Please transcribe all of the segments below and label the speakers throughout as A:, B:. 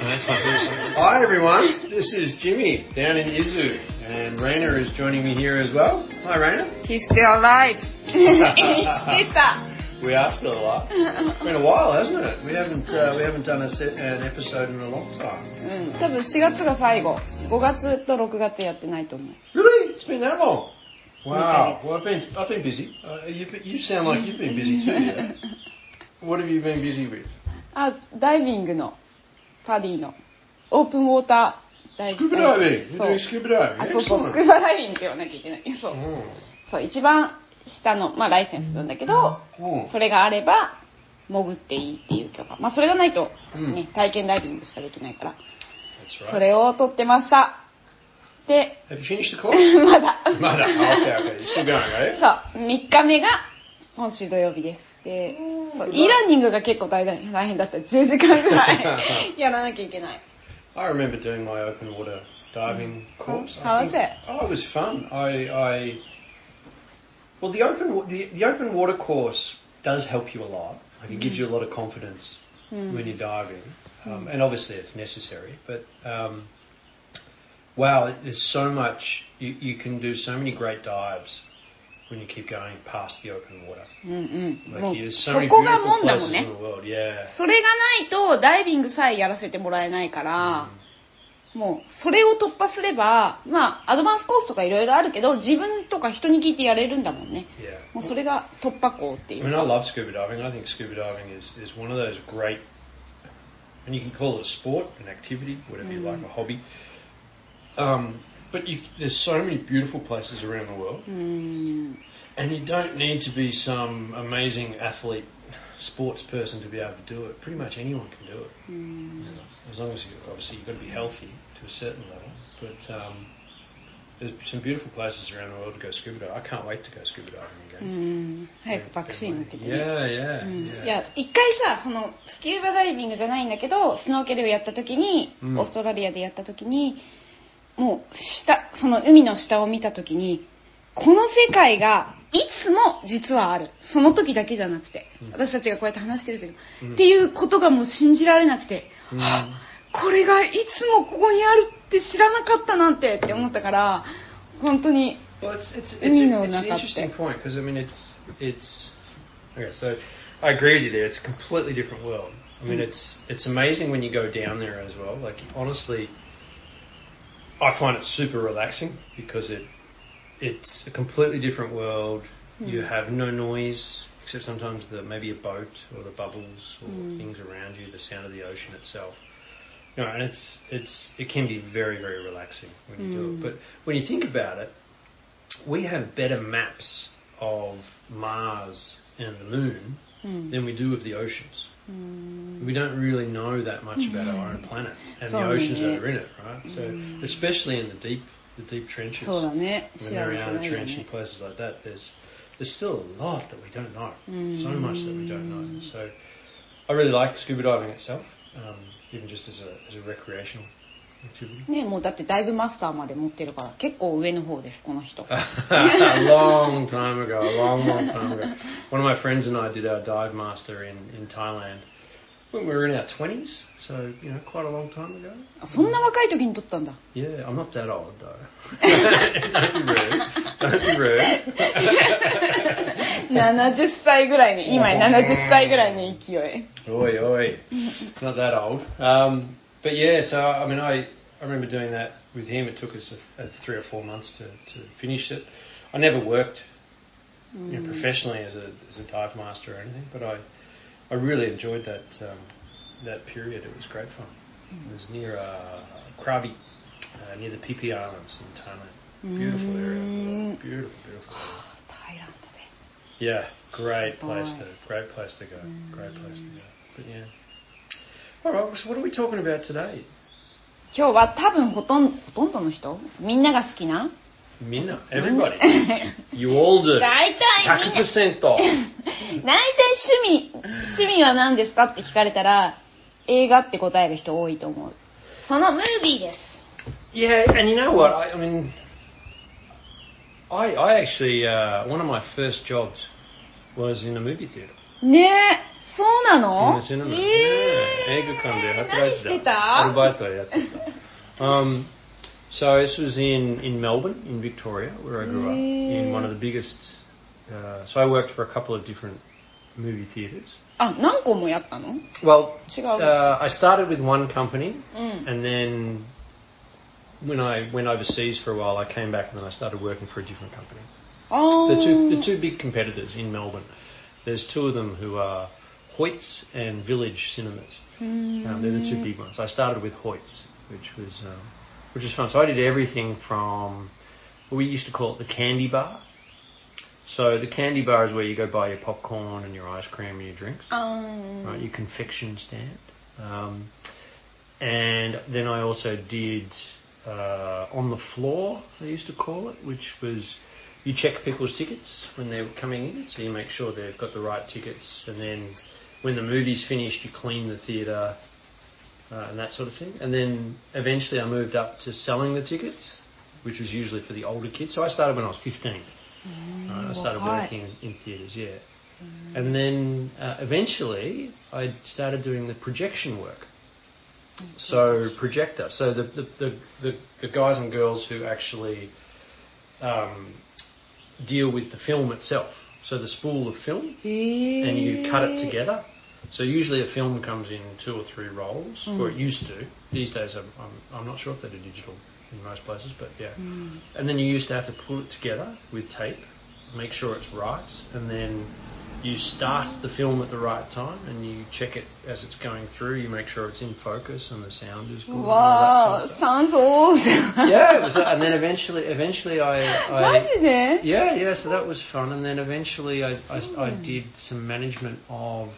A: That's my first.
B: Hi everyone, this is Jimmy down in Izu, and Raina is joining me here as well. Hi Raina.
C: He's still alive. He's dead.
B: We are still alive. It's been a while, hasn't it? We haven't uh, we haven't done a set, an episode in a long time.
C: うん、多分4月が最後。5月と6月やってないと思う。
B: Really? It's been that long. Wow. Well, I've been I've been busy. Uh, you you sound like you've been busy too. Yeah? what have you been busy with?
C: あ、ダイビングのパディのオープンウォーターダイビ
B: Scuba diving.
C: そ
B: You're
C: う
B: doing。scuba diving.
C: あ、そうそう。スクー
B: Excellent.
C: バダイビングって言わなきゃいけない。そう。
B: Mm.
C: そう一番下の、まあ、ライセンスなんだけど、
B: Mm.
C: それがあれば潜っていいっていう許可。まあ、それがないと、
B: うん
C: ね、体験ダイビングしかできないから、
B: That's
C: そ
B: right.
C: れを取ってました。で、
B: Have you finished the course?
C: まだ。
B: まだ。Okay, okay. You're still going, are you?
C: そう、3日目が今週土曜日です。で、そう e ラーニングが結構大変大変だった。10時間ぐら いやらなきゃいけない。
B: I remember doing my open water diving course. I
C: Mm. How was
B: think-
C: it?
B: Oh, it was fun. I, I well, the open wa- the, the open water course does help you a lot. Like it
C: Mm.
B: gives you a lot of confidence when you're diving, um, and obviously it's necessary. But um, wow, it- there's so much you, you can do. So many great dives when you keep going past the open water.
C: うんうん。もう
B: Like there's、
C: そ
B: so many
C: こがも
B: beautiful
C: んだもん
B: places
C: ね
B: in。the world. Yeah.
C: それがないとダイビングさえやらせてもらえないから、もうそれを突破すれば、まあアドバンスコースとかいろいろあるけど、自分とか人に聞いてやれるんだもんね。
B: Yeah.
C: もうそれが突破口ってい
B: I mean,
C: う。
B: I love scuba diving. I think scuba diving is, is one of those great, and you can call it a sport, an activity, whatever you like, a hobby. Um, but you, there's so many beautiful places around the world,
C: うん。
B: and you don't need to be some amazing athlete, sports person to be able to do it. Pretty much anyone can do it,
C: うん。
B: you know, as long as you obviously you've got to be healthy to a certain level. But um, there's some beautiful places around the world to go scuba diving. I can't wait to go scuba diving
C: う
B: again.
C: ん。早く爆心抜けてね。
B: Yeah, yeah,
C: うん、
B: Mm. yeah.
C: いや一回さそのスキューバダイビングじゃないんだけどスノーケルをやった時に、
B: うん
C: オーストラリアでやった時にもう下その海の下を見た時にこの世界がいつも実はあるその時だけじゃなくて、
B: うん
C: 私たちがこうやって話してる時も、
B: うん
C: っていうことがもう信じられなくて、
B: うん
C: はあこれがいつもここにあるって知らなかったなんてって思ったから本当に
B: Well, it's it's it's,
C: You know
B: it's an
C: not up
B: interesting
C: there.
B: point because I mean it's it's okay. So I agree with you there. It's a completely different world. I mean,
C: Mm.
B: it's it's amazing when you go down there as well. Like honestly, I find it super relaxing because it it's a completely different world. You
C: Hmm.
B: have no noise except sometimes the maybe a boat or the bubbles or
C: Mm.
B: things around you, the sound of the ocean itself. You know, and it's it's it can be very very relaxing when you do
C: Mm.
B: it. But when you think about it, we have better maps of Mars and the Moon
C: うん、
B: than we do of the oceans.
C: うん、
B: We don't really know that much about our own planet and the
C: So,
B: oceans
C: yeah.
B: that are in it, right? So especially in the deep the deep trenches,
C: そうだね
B: the
C: 知らなく
B: Mariana
C: ないよ
B: Trench
C: ね
B: and places like that, there's there's still a lot that we don't know. So
C: Mm.
B: much that we don't know. And so I really like scuba diving itself, um, even just as a as a recreational activity.
C: ねもうだってダイブマスターまで持ってるから結構上の方ですこの人
B: a long time ago, a long, long time ago. One of my friends and I did our dive master in, in Thailand when we were in our 20s, so, you know, quite a long time ago.
C: あそんな若い時に撮 ったんだ
B: Yeah, I'm not that old, though. Don't be rude. Don't be rude.
C: 70歳ぐらいに今70歳ぐらいの勢い
B: Oi, oi. Not that old. Um, but yeah, so, I mean, I, I remember doing that with him. It took us a, a three or four months to, to finish it. I never worked you
C: Mm.
B: know, professionally as a, as a dive master or anything, but I, I really enjoyed that um, that period. It was great fun. It was near uh, Krabi, uh, near the PP Islands in Thailand. Beautiful area.
C: Mm.
B: Beautiful, beautiful. Area.
C: タイランドで
B: Yeah, great place to
C: Bye.
B: great place to go. Great place to go. But yeah. All right. So what are we talking about today?
C: 今日は多分ほとんどほとんどの人みんなが好きな
B: Minna, everybody. you all do.
C: 大体みんな
B: 100% off.
C: 大体趣味趣味は何ですかって聞かれたら映画って答える人多いと思うそのムービーです
B: Yeah, and you know what? I, I mean, I I actually uh, one of my first jobs was in a movie theater.
C: ねえそうなの
B: うん死ぬの
C: え
B: ね映画館で働いて
C: 何
B: た
C: してた
B: アルバイトやってた um, So this was in, in Melbourne, in Victoria, where I grew up, in one of the biggest. Uh, so I worked for a couple of different movie theatres.
C: あ、何個もやったの
B: Well,
C: Chicago.
B: uh, I started with one company,
C: うん。
B: and then when I went overseas for a while, I came back and then I started working for a different company.
C: あー
B: The two, the two big competitors in Melbourne, there's two of them who are Hoyts and Village Cinemas.
C: うーん
B: Um, they're the two big ones. I started with Hoyts, which was um, which was fun. So I did everything from we used to call it the candy bar. So the candy bar is where you go buy your popcorn and your ice cream and your drinks,
C: あ
B: right?
C: ー
B: Your confection stand. Um, and then I also did uh, on the floor. They used to call it, which was you check people's tickets when they're coming in, so you make sure they've got the right tickets, and then when the movie's finished, you clean the theatre uh, and that sort of thing. And then eventually, I moved up to selling the tickets, which was usually for the older kids. So I started when I was 15. Right, I started
C: right.
B: working in, in theatres, yeah. And then uh, eventually, I started doing the projection work. So projector. So the the, the, the, the guys and girls who actually um, deal with the film itself. So the spool of film,
C: えー。
B: and you cut it together. So usually a film comes in two or three rolls, or it used to. These days, I'm, I'm, I'm not sure if they do digital in most places, but yeah. And then you used to have to pull it together with tape, make sure it's right, and then you start the film at the right time, and you check it as it's going through. You make sure it's in focus and the sound is good. and all
C: わ
B: that
C: ー、
B: kind
C: 酸素多い
B: of stuff. Yeah, it was, and then eventually, eventually I,
C: マ
B: I
C: ジで
B: yeah, yeah, so that was fun. And then eventually I, I, I did some management of,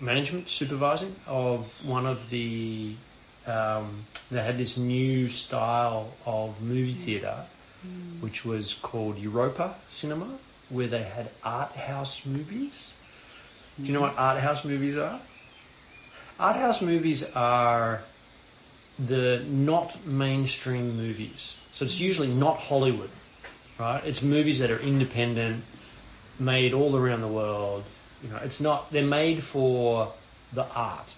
B: management, supervising of one of the, um, they had this new style of movie theatre, which was called Europa Cinema, where they had art house movies. Do you know what art house movies are? Art house movies are the not mainstream movies. So it's usually not Hollywood, right? It's movies that are independent, made all around the world. You know, it's not. They're made for the art.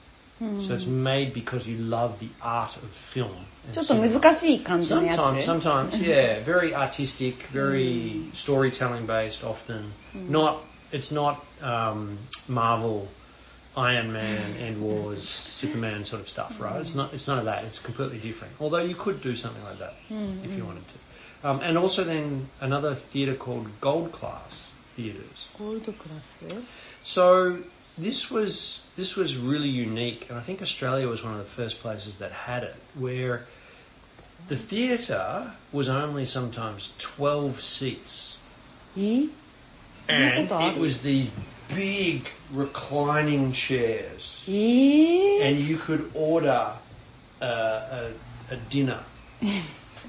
B: So it's made because you love the art of film. and
C: ちょっと
B: cinema.
C: 難しい感じのやつ
B: Sometimes, sometimes, yeah, very artistic, very storytelling based. Often,
C: Mm.
B: not. It's not um, Marvel, Iron Man, End Wars, Superman sort of stuff, right? It's not. It's none of that. It's completely different. Although you could do something like that if you wanted to. Um, and also, then another theatre called Gold Class Theatres.
C: ゴールドクラス
B: So this was this was really unique, and I think Australia was one of the first places that had it, where the theatre was only sometimes twelve seats,
C: え
B: and
C: God.
B: it was these big reclining chairs,
C: えー、
B: and you could order uh, a, a dinner.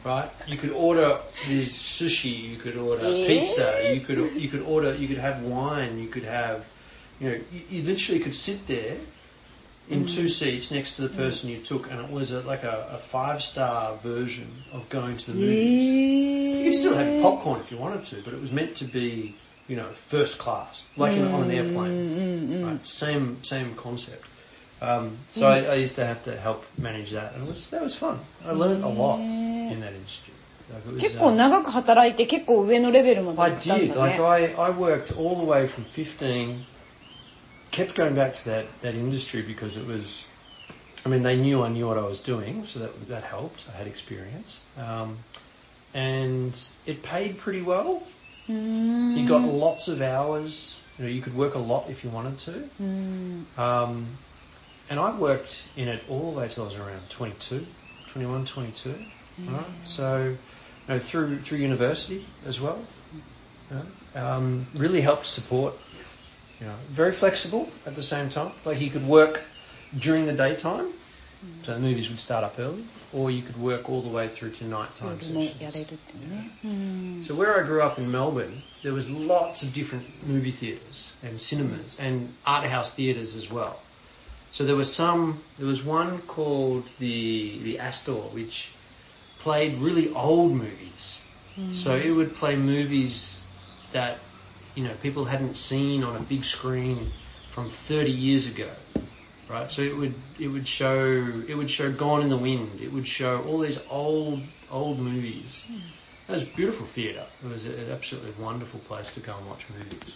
B: Right, you could order this sushi, you could order
C: Eh?
B: pizza, you could you could order, you could have wine, you could have, you know, you, you literally could sit there in two seats next to the person you took, and it was a, like a, a five star version of going to the
C: え
B: movies. You could still have
C: ー、
B: popcorn if you wanted to, but it was meant to be, you know, first class, like in, on an
C: うん
B: airplane.
C: うんうん
B: Right? Same same concept. Um, so I, I used to have to help manage that, and it was that was fun. I learned a lot
C: Eh.
B: in that institute. Like it was,
C: 結構
B: um,
C: 長く働いて結構上のレベルまで
B: I
C: 行ったん
B: did.
C: だ
B: Like
C: ね
B: I, I worked all the way from 15. Kept going back to that, that industry because it was. I mean, they knew I knew what I was doing, so that that helped. I had experience, um, and it paid pretty well.
C: うーん
B: You got lots of hours. You know, you could work a lot if you wanted to.
C: うーん
B: Um, and I worked in it all the way till I was around 22, 21, 22. Right? So, you know, through through university as well. you know, um, really helped support. You know, very flexible at the same time. Like you could work during the daytime, so the movies would start up early, or you could work all the way through to nighttime
C: 夜も
B: sessions.
C: やれるってねうーん
B: So where I grew up in Melbourne, there was lots of different movie theatres and cinemas and art house theatres as well. So there was some. There was one called the the Astor, which played really old movies. So it would play movies that you know people hadn't seen on a big screen from 30 years ago, right? So it would it would show it would show Gone in the Wind. It would show all these old old movies. It was beautiful theatre. It was a- an absolutely wonderful place to go and watch movies.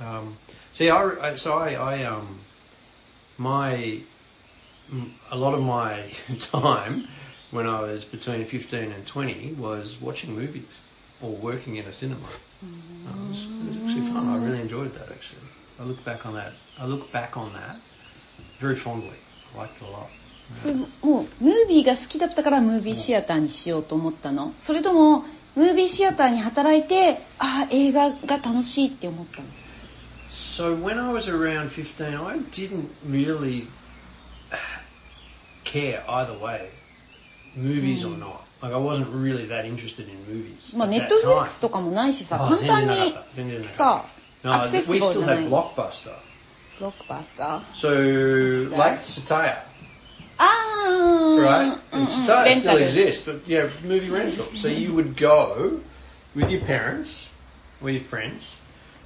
B: Um, so yeah, I, I- so I, I um, my m- a lot of my time when I was between 15 and 20 was watching movies or working in a cinema. That was, it was actually fun. I really enjoyed that actually. I look back on that. I look back on that very fondly. I liked it a lot.
C: それもうムービーが好きだったからムービーシアターにしようと思ったのそれともムービーシアターに働いてああ映画が楽しいって思ったの
B: So when I was around 15, I didn't really care either way, movies or not. Like I wasn't really that interested in movies.
C: Mm. まあ
B: at
C: ネッ
B: that
C: トフリッ
B: time.
C: クスとかもないしさ
B: あ
C: 簡単
B: 全然
C: に
B: なかった全然なかった
C: さアク
B: No,
C: セス
B: we
C: ボーじ
B: still
C: ゃな
B: have
C: い
B: Blockbuster.
C: ロックバスター
B: So, like Sataya,
C: あー
B: right?
C: うん
B: And
C: うん
B: Sataya
C: レンタ
B: still
C: ル
B: exists, but you have movie rental. So you would go with your parents or your friends,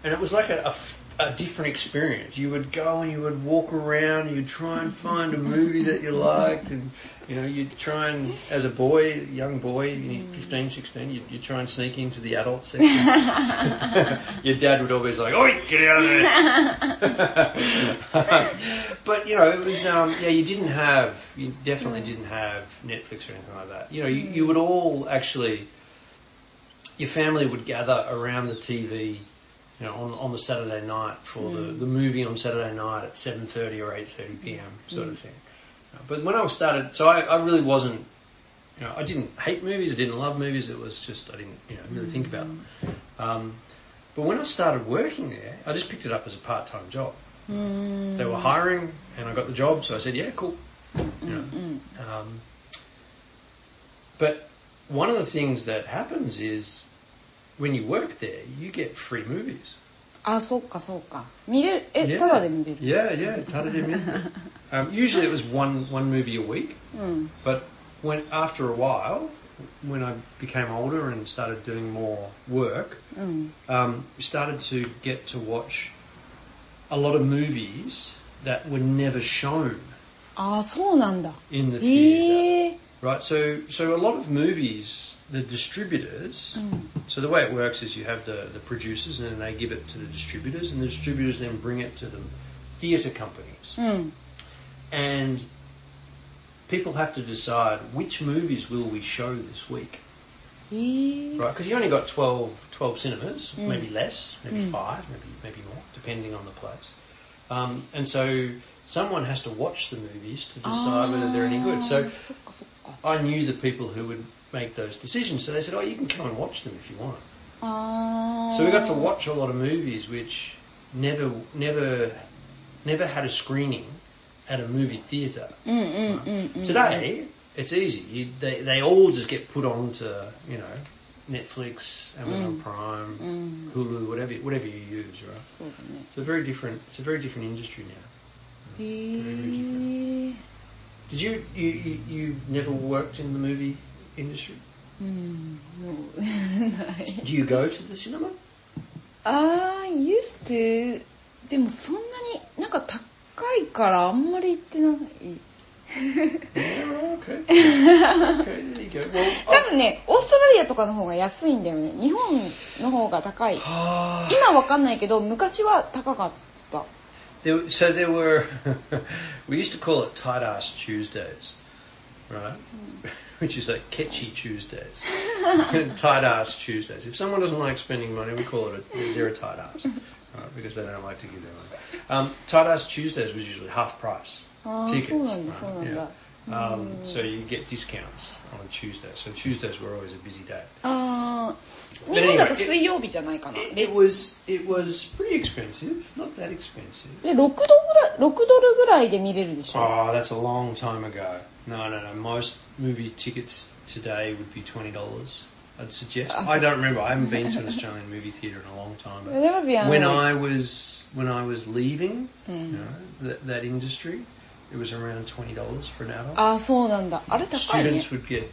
B: and it was like a, a f- a different experience. You would go and you would walk around, and you'd try and find a movie that you liked, and you know, you'd try and, as a boy, young boy, you know, 15, 16, you'd, you'd try and sneak into the adult section. Your dad would always like, "Oi, get out of there!" but you know, it was um, yeah. You didn't have, you definitely didn't have Netflix or anything like that. You know, you, you would all actually, your family would gather around the TV, you know, on on the Saturday night for the, the movie on Saturday night at seven thirty or eight thirty p.m. sort of thing. Uh, But when I started, so I, I really wasn't you know, I didn't hate movies, I didn't love movies, it was just, I didn't, you know, really think about them. Um, but when I started working there, I just picked it up as a part-time job.
C: うーん
B: They were hiring, and I got the job, so I said, yeah, cool.
C: うんうん、
B: Um, but one of the things that happens is, when you work there, you get free movies.
C: あそうかそうか見れるえ
B: yeah.
C: ただで見れる
B: Yeah, yeah, Tadadimir. um, usually it was one, one movie a week.
C: うん、
B: But when after a while, when I became older and started doing more work,
C: うん、
B: um, we started to get to watch a lot of movies that were never shown
C: ああそうなんだ
B: in the
C: へ
B: theatre.
C: え
B: Right. So so a lot of movies, the distributors.
C: うん、
B: So the way it works is you have the, the producers and then they give it to the distributors and the distributors then bring it to the theatre companies.
C: うん、
B: and people have to decide which movies will we show this week,
C: へえ
B: right? Because you only got 12, 12 cinemas,
C: Mm.
B: maybe less, maybe
C: Mm.
B: five, maybe maybe more, depending on the place. Um, and so someone has to watch the movies to decide whether they're any good.
C: あー
B: So
C: そっかそっか
B: I knew the people who would make those decisions, so they said, "Oh, you can come and watch them if you want."
C: ああ
B: So we got to watch a lot of movies which never, never, never had a screening at a movie theatre.
C: うんうんうんうん
B: Today, it's easy. You, they, they all just get put onto, you know, Netflix, Amazon
C: Mm.
B: Prime,
C: うん、
B: Hulu, whatever whatever you use, right?
C: そうだね
B: It's a very different it's a very different industry now.
C: へえ
B: Did you you, you you never worked in the movie industry?
C: うん もうない
B: Do you go to the cinema?
C: I used to でもそんなになんか高いからあんまり行ってない
B: Yeah, okay. okay, there you go. Well,
C: 多分ね オーストラリアとかの方が安いんだよね日本の方が高い
B: I-
C: 今わかんないけど昔は高かった
B: There, so there were, we used to call it tight ass Tuesdays, right? Which is like catchy Tuesdays, tight ass Tuesdays. If someone doesn't like spending money, we call it a, they're a tight ass, right? Because they don't like to give their money. Um, tight ass Tuesdays was usually half price
C: ああ
B: tickets,
C: そうなんだそうなん
B: right?
C: だ
B: Yeah. Um, so you get discounts on a Tuesday. So Tuesdays were always a busy day.
C: ああ
B: But
C: 日本
B: anyway,
C: だと
B: it-
C: 水曜日じゃないかな
B: It,
C: で
B: it was it was pretty expensive, not that expensive.
C: で6ドルぐらい6ドルぐらいで見れるでしょ
B: Oh, that's a long time ago. No, no, no. Most movie tickets today would be twenty dollars. I'd suggest. I don't remember. I haven't been to an Australian movie theatre in a long time. But
C: That would be
B: when
C: unreal.
B: I was when I was leaving,
C: Mm.
B: you know, that, that
C: Oh,
B: industry, it was around twenty dollars for an adult.
C: ああそうなんだあれ高いね
B: Students would get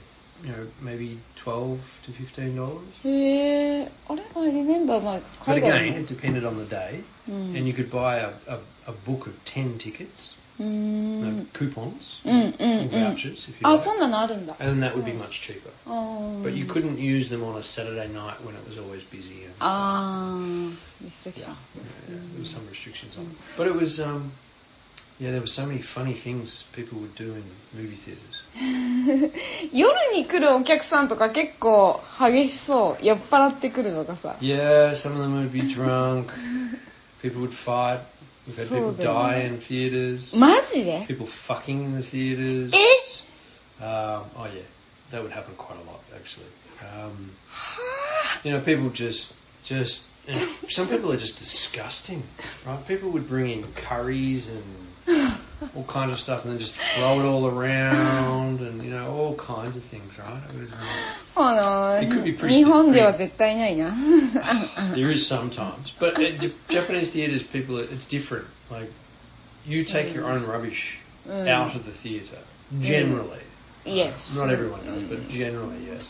B: you know, maybe 12 to 15 dollars.
C: へえあれ I remember なんか
B: But
C: 海
B: again,
C: 外
B: it depended on the day,
C: の、うん、
B: and you could buy a, a, a book of 10 tickets,
C: うー
B: you
C: ん
B: know, coupons,
C: うんうんうん
B: or vouchers, if you
C: あそ
B: like,
C: んなのあるんだ
B: and then that would be much cheaper.
C: あー
B: But you couldn't use them on a Saturday night when it was always busy. And,
C: ああめっちゃ
B: yeah,
C: さ
B: yeah, yeah, there was some restrictions on it. But it was, um, yeah, there were so many funny things people would do in movie theatres.
C: 夜に来るお客さんとか結構激しそう酔っ払ってくるのがさ
B: Yeah, some of them would be drunk. people would fight. We've had people
C: Probably.
B: die in theatres.
C: マジで
B: People fucking in the theatres.
C: え
B: Um, oh yeah, that would happen quite a lot actually. Um, you know, people just just and some people are just disgusting, right? People would bring in curries and all kinds of stuff, and then just throw it all around, and you know, all kinds of things, right? It was, um,
C: あ
B: It
C: の
B: could be
C: ー
B: pretty-
C: 日本では絶対ないな
B: there is sometimes, but at J- Japanese theaters, people it's different. Like you take your own rubbish
C: Mm.
B: out of the theater generally. Uh,
C: Yes Mm.
B: Not everyone does, but generally, yes.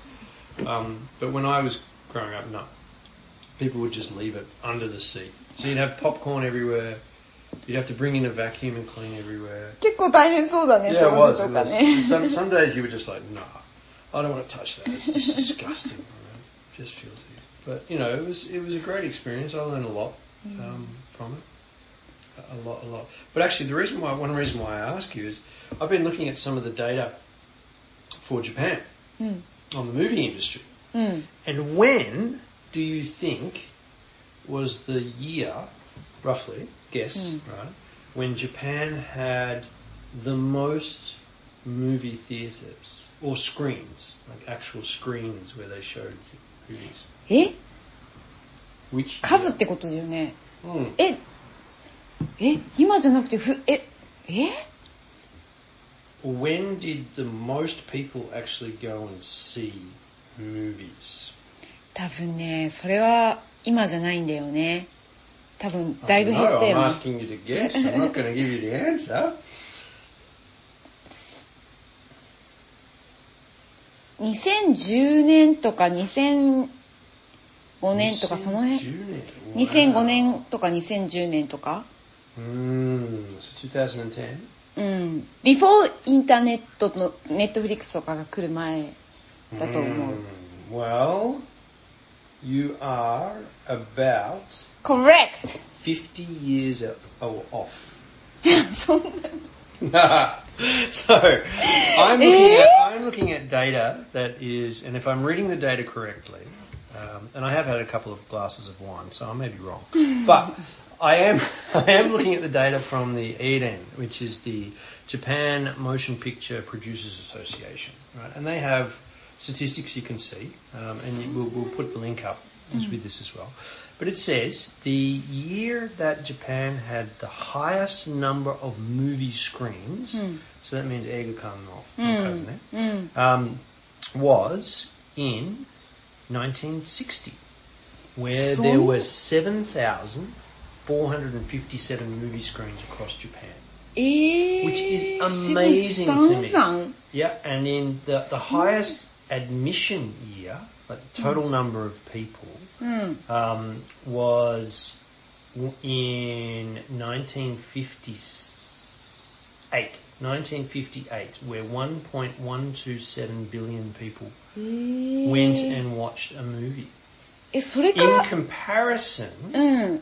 B: Um, but when I was growing up, no. People would just leave it under the seat. So you'd have popcorn everywhere. You'd have to bring in a vacuum and clean everywhere.
C: 結構大変そうだね
B: yeah,
C: 掃
B: it
C: 除
B: was.
C: と
B: It
C: かね
B: was. Some, some days you were just like, nah, I don't want to touch that. It's just disgusting. you know, Just filthy. But you know, it was it was a great experience. I learned a lot um, from it. A a lot, a lot. But actually, the reason why one reason why I ask you is I've been looking at some of the data for Japan
C: うん、
B: on the movie industry.
C: うん、
B: And when do you think was the year, roughly, guess,
C: Mm.
B: right, when Japan had the most movie theatres or screens, like actual screens where they showed movies?
C: え
B: Which
C: 数ってことだよね
B: Mm.
C: ええ今じゃなくてふええ
B: When did the most people actually go and see movies?
C: 多分ねそれは今じゃないんだよね多分
B: I
C: だいぶ
B: don't
C: 減ったよ
B: know,
C: ね
B: I'm asking you to guess. I'm not going to give you the answer.
C: 2010年とか2005年とかその辺
B: 2010 Wow.
C: 2005年とか2010年とか
B: Mm, so 2010.
C: うんビフォーインターネットのネットフリックスとかが来る前だと思う
B: Mm, well, you are about
C: Correct!
B: 50 years o- o- off.
C: そんな
B: so I'm looking, at, I'm looking at data that is, and if I'm reading the data correctly, um, and I have had a couple of glasses of wine, so I may be wrong, but I am I am looking at the data from the EIDEN, which is the Japan Motion Picture Producers Association, right? And they have statistics you can see, um, and you, we'll, we'll put the link up with this as well. But it says the year that Japan had the highest number of movie screens,
C: Mm.
B: so that means Egakan no,
C: う
B: mm. not
C: んうん
B: um, was in 1960, where there were 7,457 movie screens across Japan.
C: えー
B: Which is amazing to me.
C: 73
B: Yeah, and in the, the highest admission year, like total number of people,
C: うん、
B: um, was w- in 1958. 1958, where 1.127 billion people
C: えー
B: went and watched a movie.
C: えそれか
B: In
C: ら
B: comparison,
C: うん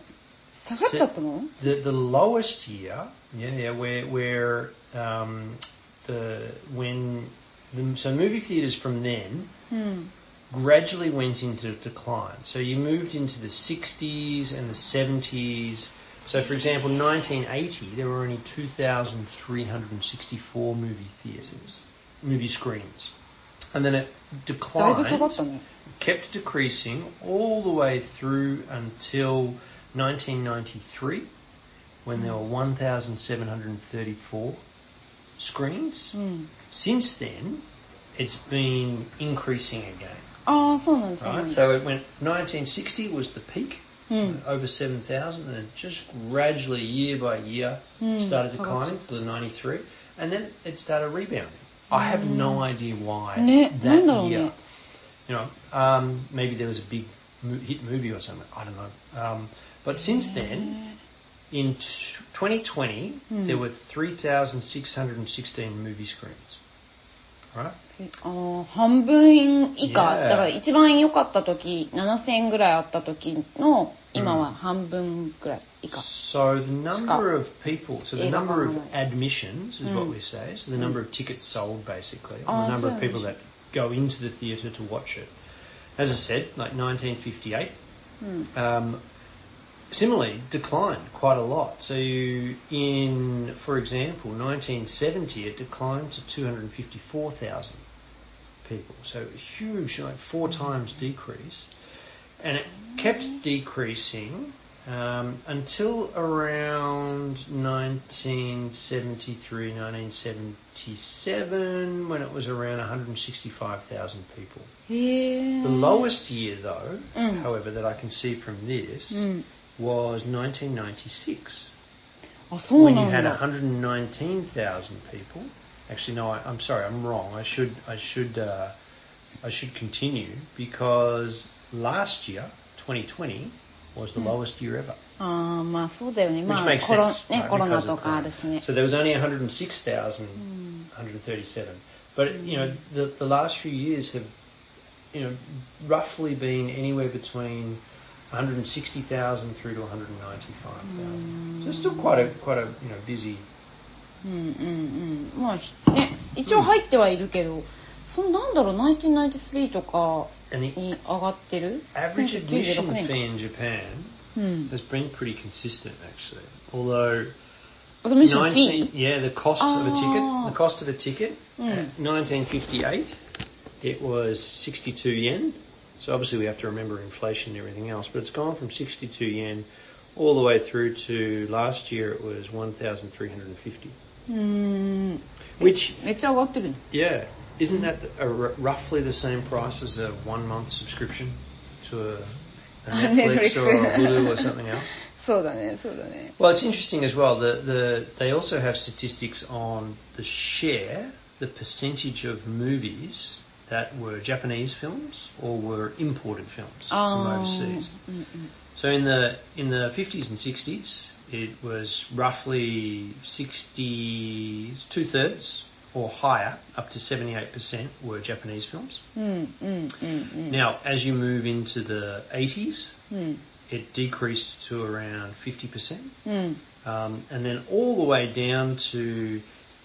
C: 下がっちゃったの
B: the, the lowest year, yeah, yeah, where where um, the when the, so movie theaters from then
C: うん、
B: gradually went into decline. So you moved into the 60s and the 70s. So, for example, 1980, there were only 2,364 movie theatres, movie screens. And then it
C: だいぶ下
B: declined,
C: がったね
B: kept decreasing all the way through until 1993, when there were 1,734 screens.
C: うん、
B: Since then, it's been increasing again.
C: ああそうなんですね
B: Right, Hmm. so it went 1960 was the peak,
C: うん、
B: over 7,000, and it just gradually, year by year,
C: うん
B: started
C: 下がっちゃ
B: declining to the 93, and then it started rebounding. I have Hmm. no idea why.
C: ね、なんだろ
B: that
C: うね
B: year. You know, um, maybe there was a big mo- hit movie or something. I don't know. Um, but since then, in t- 2020,
C: Mm.
B: there were 3,616 movie screens. Right?
C: あー半分以下、
B: Yeah.
C: だから一番良かった時7000円ぐらいあった時の今
B: う
C: は
B: ん
C: 半分ぐらい以下
B: So the number of people, so the
C: Yeah,
B: number of
C: right.
B: admissions is what
C: Mm.
B: we say. So the number of tickets sold, basically, and
C: Oh,
B: the number
C: so
B: of people that
C: interesting.
B: go into the theatre to watch it. As I said, like 1958,
C: うん、
B: um, similarly declined quite a lot. So you, in, for example, 1970, it declined to 254,000 people. So huge, like four times decrease, and it kept decreasing. Um, until around 1973, 1977, when it was around 165,000 people.
C: へえ
B: The lowest year, though,
C: Mm.
B: however, that I can see from this
C: うん、
B: was 1996
C: あそうな
B: when you
C: ん
B: had
C: だ
B: 119,000 people. Actually, no, I, I'm sorry, I'm wrong. I should, I should, uh, I should continue because last year, 2020, was the
C: Mm.
B: lowest year ever,
C: ああまあそうだよね
B: which
C: まあ
B: makes
C: コロ,、
B: sense.
C: ね、
B: right,
C: コロナ
B: because
C: と
B: of
C: かあ
B: that.
C: るしね
B: So there was only 106,000
C: うん、
B: 137. But you know, the, the last few years have, you know, roughly been anywhere between 160,000 through to 195,000. So it's still quite a quite a you know busy.
C: うんうんうんまあひね一応入ってはいるけど、そのなんだろう1993とか
B: And the
C: に上がってる
B: average
C: 1996
B: admission
C: 年か
B: fee in Japan
C: うん、
B: has been pretty consistent actually. Although
C: アドミッションフ
B: 19
C: ィー
B: yeah, the cost of a
C: Ah.
B: ticket, the cost of a ticket,
C: Mm.
B: at 1958, it was 62 yen. So obviously we have to remember inflation and everything else, but it's gone from 62 yen all the way through to last year it was 1,350,
C: うーん
B: which
C: めっちゃ上がってるね
B: yeah, isn't that a r- roughly the same price as a one month subscription to a, a Netflix or a Hulu or something else?
C: そうだねそうだね
B: Well, it's interesting as well. The, the, they also have statistics on the share, the percentage of movies that were Japanese films or were imported films
C: あ
B: from
C: ー
B: overseas.
C: うん
B: So in the in the 50s and 60s, it was roughly 60 two thirds or higher, up to 78% were Japanese films.
C: うんうんうんうん
B: Now, as you move into the 80s,
C: うん、
B: it decreased to around 50%.
C: うん、
B: Um, and then all the way down to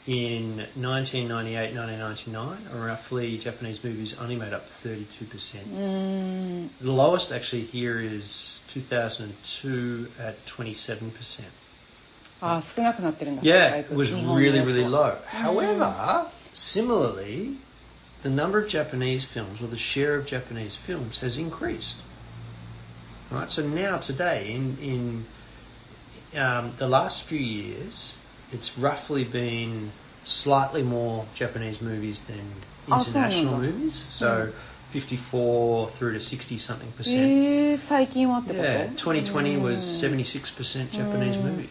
B: in 1998, 1999, roughly Japanese movies only made up 32%.
C: うーん
B: The lowest actually here is 2002 at 27%.
C: あー少なくなってるんだ
B: Yeah,
C: だい
B: it
C: ぶ
B: was
C: 日本の
B: really,
C: やつは
B: really low.
C: Mm-hmm.
B: However, similarly, the number of Japanese films or the share of Japanese films has increased. Right, so now today, in in um, the last few years, it's roughly been slightly more Japanese movies than
C: Oh, so
B: international
C: nice.
B: movies. So, fifty-four through to sixty something percent.
C: えー、最近はってこと
B: Yeah, 2020 was
C: うん
B: 76% Japanese
C: Mm.
B: movies.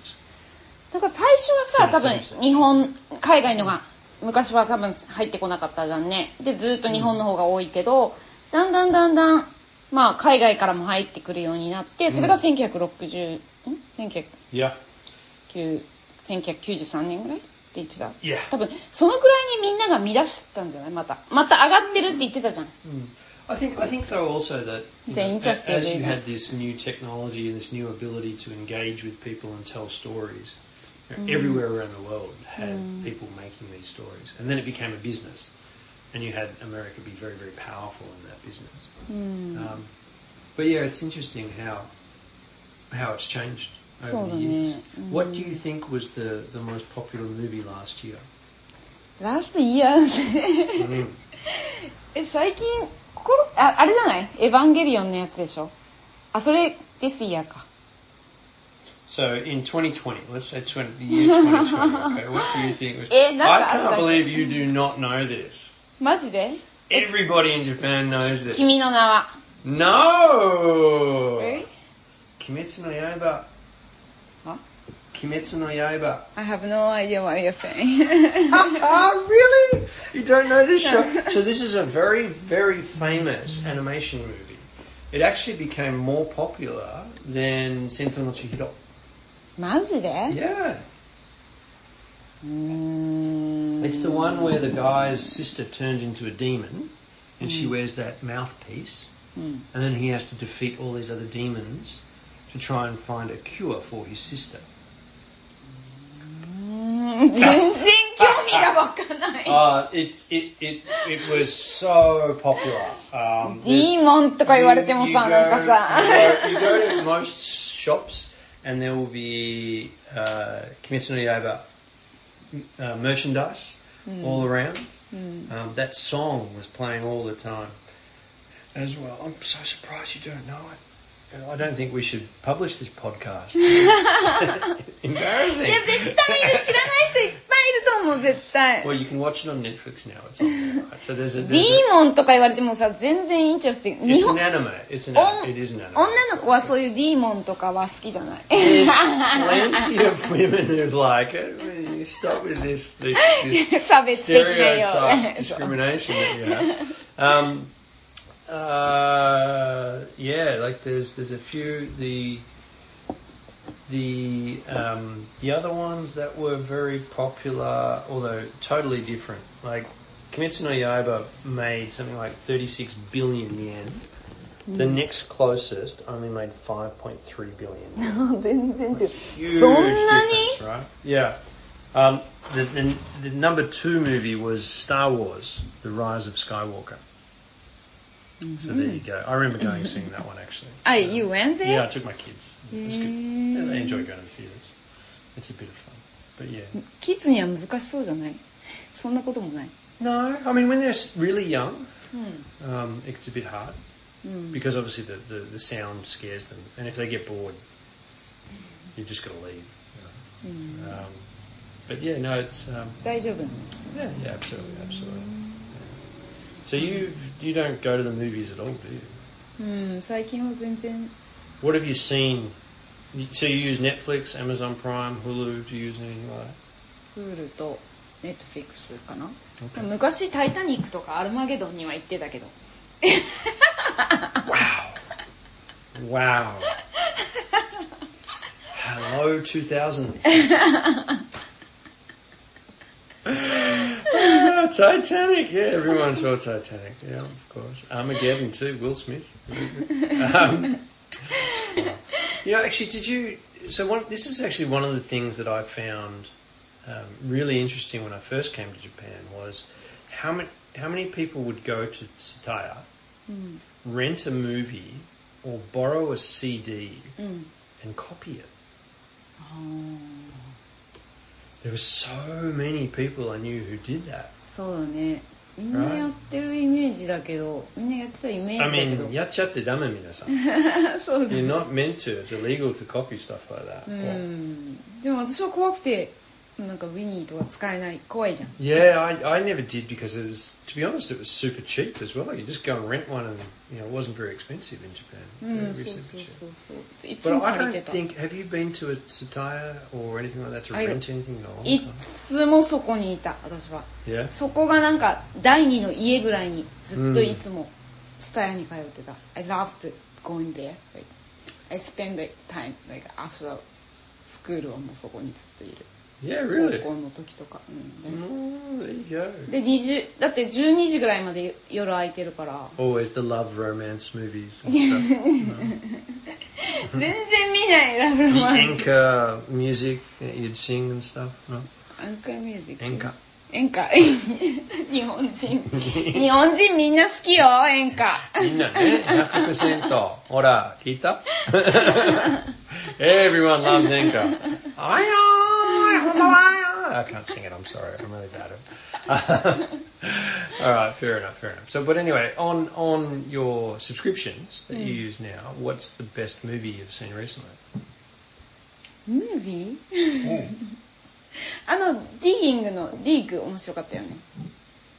C: だから最初はさ多
B: そうそう
C: 分日本海外のが昔は多分入ってこなかったじゃんねでずっと日本の方が多いけど、だんだんだんだんまあ海外からも入ってくるようになってそれ
B: う
C: が
B: ん
C: 1960、ん
B: Yeah.
C: 1900 1993年ぐらいって言ってた
B: Yeah.
C: 多分そのくらいにみんなが見出してたんじゃないまたまた上がってるって言ってたじゃん
B: Mm. I think I think though also that you
C: They're
B: know, a-
C: interested,
B: as you
C: isn't
B: had
C: it?
B: this new technology and this new ability to engage with people and tell stories, you know,
C: Hmm.
B: everywhere around the world had
C: Mm.
B: people making these stories, and then it became a business, and you had America be very very powerful in that business.
C: うん
B: Um, but yeah, it's interesting how how it's changed over the
C: Sort of,
B: years.
C: yeah.
B: What do
C: Mm.
B: you think was the the most popular movie last year?
C: ラストイヤー
B: Mm.
C: え最近心ああれじゃないエヴァンゲリオンのやつでしょあそれですイヤーか
B: So in 2020, let's say 20, the year 2020, okay, what do you think was...
C: Eh, that's
B: I can't
C: outside.
B: believe you do not know this.
C: マジで
B: Everybody in Japan knows this.
C: 君の名は
B: No!
C: え
B: Kimetsu no Yaiba.
C: あ
B: Kimetsu no Yaiba.
C: I have no idea what you're saying
B: Ah, really? You don't know this show? So this is a very, very famous animation movie. It actually became more popular than Sentai no Chihiro.
C: マジで
B: Yeah.
C: うーん
B: It's the one where the guy's sister turns into a demon and she wears that mouthpiece
C: うん、
B: and then he has to defeat all these other demons to try and find a cure for his sister.
C: うーん 全然興味がわか ない。
B: Uh, it's, it, it, it was so popular. Um,
C: ディーモンとか言われてもさ、なんかさ。
B: You go, you go to most shops and there will be uh, Kimetsu no Yaiba uh, merchandise
C: Hmm.
B: all around.
C: うん、
B: Um, that song was playing all the time as well. I'm so surprised you don't know it. And I don't think we should publish this podcast.
C: いや、絶
B: Embarrassing.
C: 対いる。知らない人いっぱいいると思う、絶対。
B: Well, you can watch it on Netflix now. It's on there. Right? So there's a.
C: ディ
B: There's
C: ー
B: a
C: モンとか言われてもさ、全然インチャスティング。日
B: it's
C: 本
B: an anime. It's an.
C: お
B: Anime. It is an
C: 女
B: anime.
C: の子はそういうディーモンとかは好きじゃない。
B: There's plenty of women who like it. I mean, you stop with this this, this
C: 差別的だよ
B: stereotype。discrimination that you have. Um, uh, yeah, like there's there's a few the the um, the other ones that were very popular, although totally different. Like Kimetsu no Yaiba made something like 36 billion yen. The next closest only made 5.3 billion. yen.
C: そう全然 違う。
B: Huge
C: So many?
B: difference, right? Yeah. Um, the, the, the number two movie was Star Wars: The Rise of Skywalker. So there you go. I remember going and seeing that one actually.
C: あ、You went there?
B: Yeah, I took my kids. It was good.
C: Mm.
B: And They enjoy going to the theaters. It's a bit of fun. But yeah.
C: キッズには難しそうじゃないそんなこともない。
B: No, I mean when they're s- really young,
C: うん。
B: um, it's a bit hard
C: うん。
B: because obviously the, the, the sound scares them, and if they get bored, you've just got to leave.
C: う
B: You
C: ん
B: know? um, but yeah, no, it's. Um,
C: 大丈夫なの
B: Yeah, yeah, absolutely, absolutely.
C: Mm.
B: So you you don't go to the movies at all, do you?
C: うん、最近は全然。
B: What have you seen? You- So you use Netflix, Amazon Prime, Hulu? Do you use anything like that?
C: プールとネットフィックスかな
B: Okay.
C: 昔「タイタニック」とか「アルマゲドン」には行ってたけど
B: Wow, wow. Hello, two thousand. Ah, Titanic, yeah, everyone saw Titanic, yeah, of course. Armageddon too, Will Smith. Um, you know, actually, did you? So one, this is actually one of the things that I found um, really interesting when I first came to Japan was how many how many people would go to Tsutaya,
C: うん、
B: rent a movie, or borrow a CD
C: うん、
B: and copy it.
C: あー
B: There were so many people I knew who did that.
C: そうだねみんなやってるイメージだけどみんなやってたイメー
B: I
C: ジだけど
B: mean, やっちゃってダメ皆さん。
C: そうだね
B: You're not meant to. It's illegal to copy stuff like that.
C: う
B: Well,
C: んでも私は怖くてなんかウィニーとか使えない怖いじゃん
B: yeah, I, I never did because it was, to be honest, it was super cheap as well. You just go and rent one and, you know, it wasn't very expensive in Japan.
C: う
B: Very,
C: ん
B: very
C: そう
B: super
C: そ
B: cheap.
C: うそうそういつ
B: But
C: も
B: I
C: 借りて
B: don't
C: た
B: think, have you been to a Tsutaya or anything like that to
C: I-
B: rent anything at all?
C: いつもそこにいた私は
B: Yeah?
C: そこがなんか第二の家ぐらいにずっといつもスタヤに通ってた、I loved going there like, I spend the time like after school はもうそこにずっといる
B: Yeah, really?
C: 高校の時とか、うん、
B: Oh, there you go.
C: で20だって12時ぐらいまで夜空いてるから
B: Always the love romance movies and stuff.
C: 全然見ないラブ
B: the
C: ロマン
B: anchor uh, music that you'd sing and stuff. No?
C: アンカーミュージック
B: Anchor.
C: 演歌 日本人日本人みんな好きよ演歌
B: みんなね、100%。ほ ら、聞い た ?Everyone loves Enka. あやーい、ほんまはあやーい I can't sing it, I'm sorry. I'm really bad at it. Alright, fair enough, fair enough. So, but anyway, on, on your subscriptions that you use now, what's the best movie you've seen recently?
C: ムービーあのディギングのディーク面白かったよね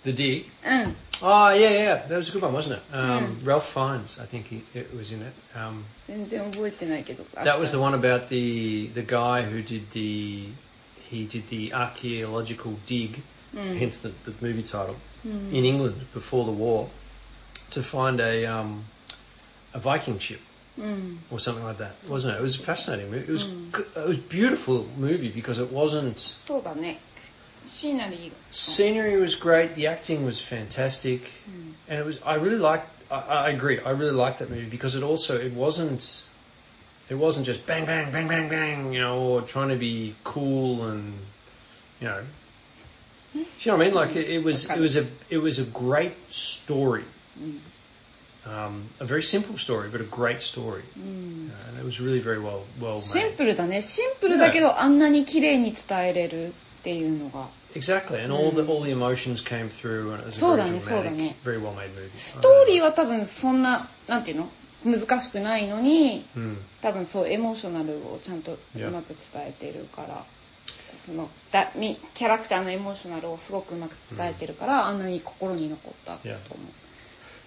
B: The Dig?
C: うん
B: Oh, yeah, yeah. That was a good one, wasn't it? Um, Ralph Fiennes, I think he, it was in it. Um,
C: 全然覚えてないけど
B: That was the one about the the guy who did the he did the archaeological dig
C: Mm.
B: hence the, the movie title,
C: う
B: in
C: ん
B: England before the war to find a, um, a Viking ship
C: うん、
B: or something like that, wasn't it? It was a fascinating movie. It was,
C: Mm.
B: g it was a beautiful movie because it wasn't.
C: そうだね椎名でいいが
B: Scenery was great, the acting was fantastic,
C: うん
B: and it was. I really liked. I, I agree. I really liked that movie because it also it wasn't. It wasn't just bang bang bang bang bang, you know, or trying to be cool and, you know. Do you know what I mean? Like it, it was. It was a. It was a great story.
C: うん、
B: Um, a very simple story, but a great story,
C: う
B: uh,
C: ん
B: and it was really very well well
C: シン
B: made.
C: プルだねシンプルだけどあんなに綺麗に伝えれるっていうのが
B: Exactly, and all the
C: Mm.
B: all the emotions came through, and it was a
C: そう
B: very
C: だね
B: dramatic,
C: そうだね。
B: very well made movie. Uh,
C: ストーリーは多分そんななんていうの難しくないのに
B: Mm.
C: 多分そうエモーショナルをちゃんとう
B: Yeah.
C: まく伝えてるからそのだみキャラクターのエモーショナルをすごくうまく伝えてるから、あんなに心に残ったと
B: Yeah.
C: 思う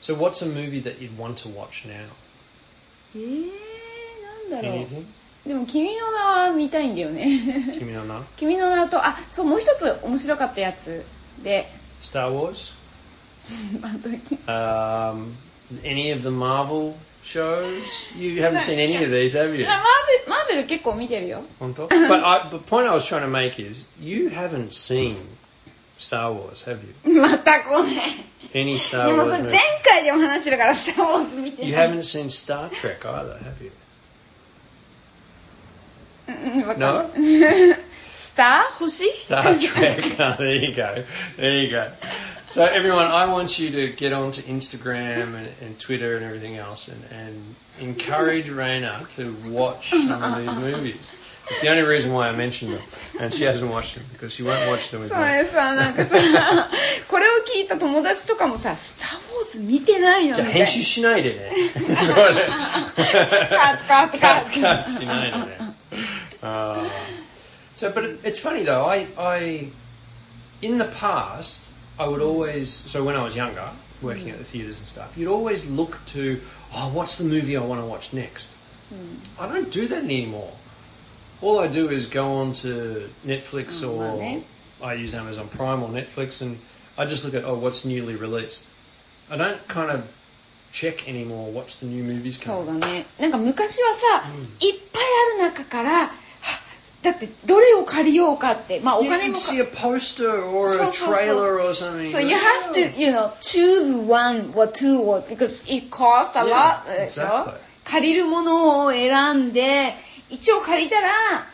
B: So, what's a movie that you'd want to watch now?
C: えー、なんだろ
B: Anything?
C: うでも「君の名は」見たいんだよね
B: Kimi no Na?
C: 君の名とあそうもう一つ面白かったやつで
B: Star Wars?
C: あと
B: Um, any of the Marvel shows? You haven't seen any of these, have
C: い
B: you?
C: やマーベルマーベル結構見てるよ
B: Honto? But I, the point I was trying to make is you haven't seen Star Wars, have you?
C: また来ない。
B: Any
C: で
B: Star
C: もそ
B: Wars
C: れ
B: movie?
C: 前回でも話してるから、スター・ウォーズ見て
B: You
C: ない。
B: haven't seen Star Trek either, have you?
C: うんうん、わかんない。スター星
B: Star Trek. Oh, there you go. There you go. So everyone, I want you to get onto Instagram and, and Twitter and everything else, and, and encourage Raina to watch some of these movies. It's the only reason why I mentioned them, and she hasn't watched them because she won't watch
C: そ
B: them
C: れ
B: with
C: さ、
B: me.
C: なんかさ、これを聞いた友達とかもさ、スター・ウォーズ見てないのみたいな。
B: じゃあ編集しないでね。
C: カット、カット、カット。
B: So, but it, it's funny though. I, I, in the past, I would always. So when I was younger, working at the theatres and stuff, you'd always look to, oh, what's the movie I want to watch next?
C: うん
B: I don't do that anymore. All I do is go on to Netflix
C: Oh,
B: or
C: okay.
B: I use Amazon Prime or Netflix and I just look at, oh, what's newly released. I don't kind of check anymore what's the new movies
C: そう
B: coming.
C: だね。なんか昔はさ、
B: うん
C: いっぱいある中から、はだってどれを借りようかって、まあお
B: You
C: 金
B: can
C: もか
B: see a poster or
C: So,
B: a
C: so, so.
B: trailer or something.
C: So you have to, you know, choose one or two or because it costs a
B: Yeah,
C: lot uh, でしょ
B: exactly.。
C: 借りるものを選んで、一応借りたら、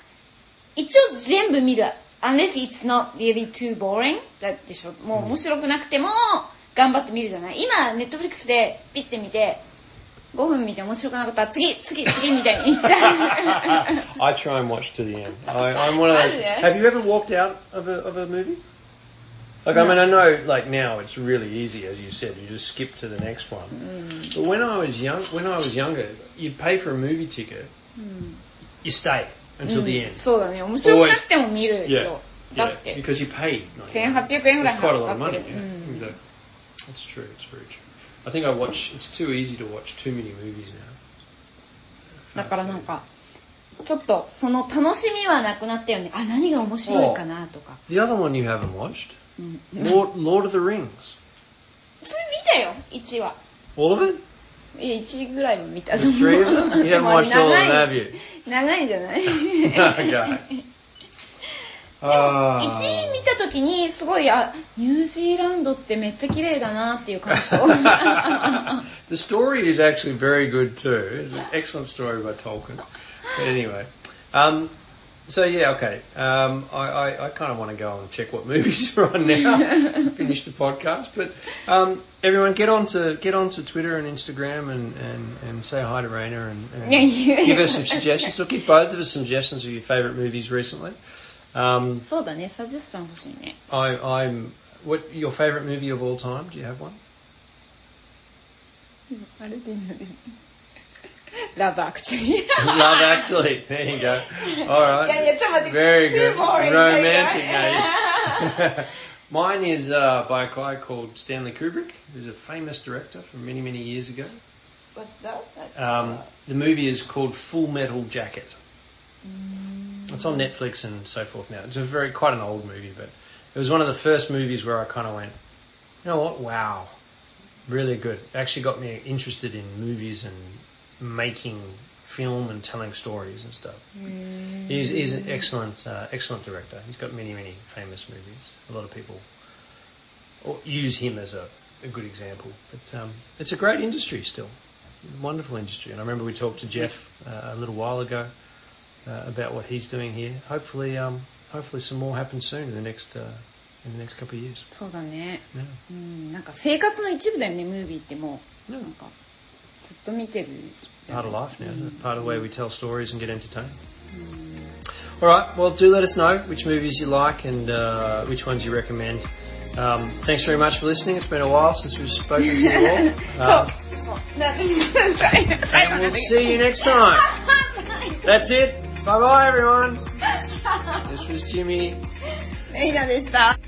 C: 一応全部見る。Unless it's not really too boring だでしょ。もう面白くなくても頑張って見るじゃない。今、ネットフリックスでピッて見て、5分見て面白くなかったら次、次、次みたいに いっちゃう。
B: I try and watch to the end. I, I'm one of those.
C: Really?
B: Have you ever walked out of a, of a movie? Like, I mean, I know, like, now it's really easy, as you said. You just skip to the next one.
C: うん。
B: But when I was young, when I was younger, you'd pay for a movie ticket,
C: うん。
B: you stay until the end.
C: そうだね。面白くなくても見る
B: Mm. Yeah,
C: よ。だ
B: yeah,
C: って。
B: because you paid. like,
C: €1800 円ぐらい
B: it's quite a lot of
C: 払って
B: money.
C: る。
B: yeah,
C: うん。
B: exactly. That's true. It's very true. I think I watch. It's too easy to watch too many movies now.
C: だからなんかちょっとその楽しみはなくなったよねあ何が面白いかなとか、
B: The other one you haven't watched,
C: うん、それ見
B: Lord, Lord of the Rings.
C: たよ1話
B: All of it.
C: いや1ぐらいは見た
B: The
C: と思う
B: three of them. You
C: で
B: haven't
C: もあれ
B: watched all of them,
C: 長
B: have
C: い
B: you?
C: 長いじゃない
B: Okay.
C: 1
B: Ah.
C: 位見た時にすごいあニュージーランドってめっちゃ綺麗だなっていう感想
B: the story is actually very good too. It's an excellent story by Tolkien. But anyway, um, so yeah, okay. Um, I, I, I kind of want to go and check what movies are on now. Finish the podcast, but um, everyone get on to get on to Twitter and Instagram and, and, and say hi to Raina and, and
C: Yeah, you-
B: give us some suggestions. Look, give both of us some suggestions of your favourite movies recently. Um,
C: そうだねサジェスション欲しいね
B: I, I'm what your favourite movie of all time? Do you have one?
C: あれでいいのねラブアクチュリー
B: Love Actually. There you go. All right.
C: いやいや、ちょっと待って。
B: Very good.
C: too boring.
B: Romantic.
C: There
B: eh? Mine is uh, by a guy called Stanley Kubrick, who's a famous director from many, many years ago.
C: What's that? That's,
B: Um,
C: uh,
B: the movie is called Full Metal Jacket.
C: Mm.
B: It's on Netflix and so forth now. It's a very quite an old movie, but It was one of the first movies where I kind of went, you know what? Wow, really good. It actually got me interested in movies and making film and telling stories and stuff. He's, he's an excellent, uh, excellent director. He's got many, many famous movies. A lot of people o- use him as a, a good example. But um, it's a great industry still, wonderful industry. And I remember we talked to Jeff uh, a little while ago uh, about what he's doing here. Hopefully, um, hopefully some more happens soon in the next, uh, in the next couple of years.
C: そうだね
B: Yeah.
C: うんなんか生活の一部だよねムービーってもう、
B: うん
C: なんかずっと見てる
B: It's
C: じゃん
B: part of life now, isn't
C: うん
B: it? part of the way we tell stories and get entertained.
C: うん、
B: All right. Well, do let us know which movies you like and uh, which ones you recommend. Um, thanks very much for listening. It's been a while since we've spoken to you all.
C: そう
B: Uh,
C: そうなんか
B: and
C: and
B: we'll see you next time. That's it. Bye bye, everyone. This was Jimmy.
C: レイナでした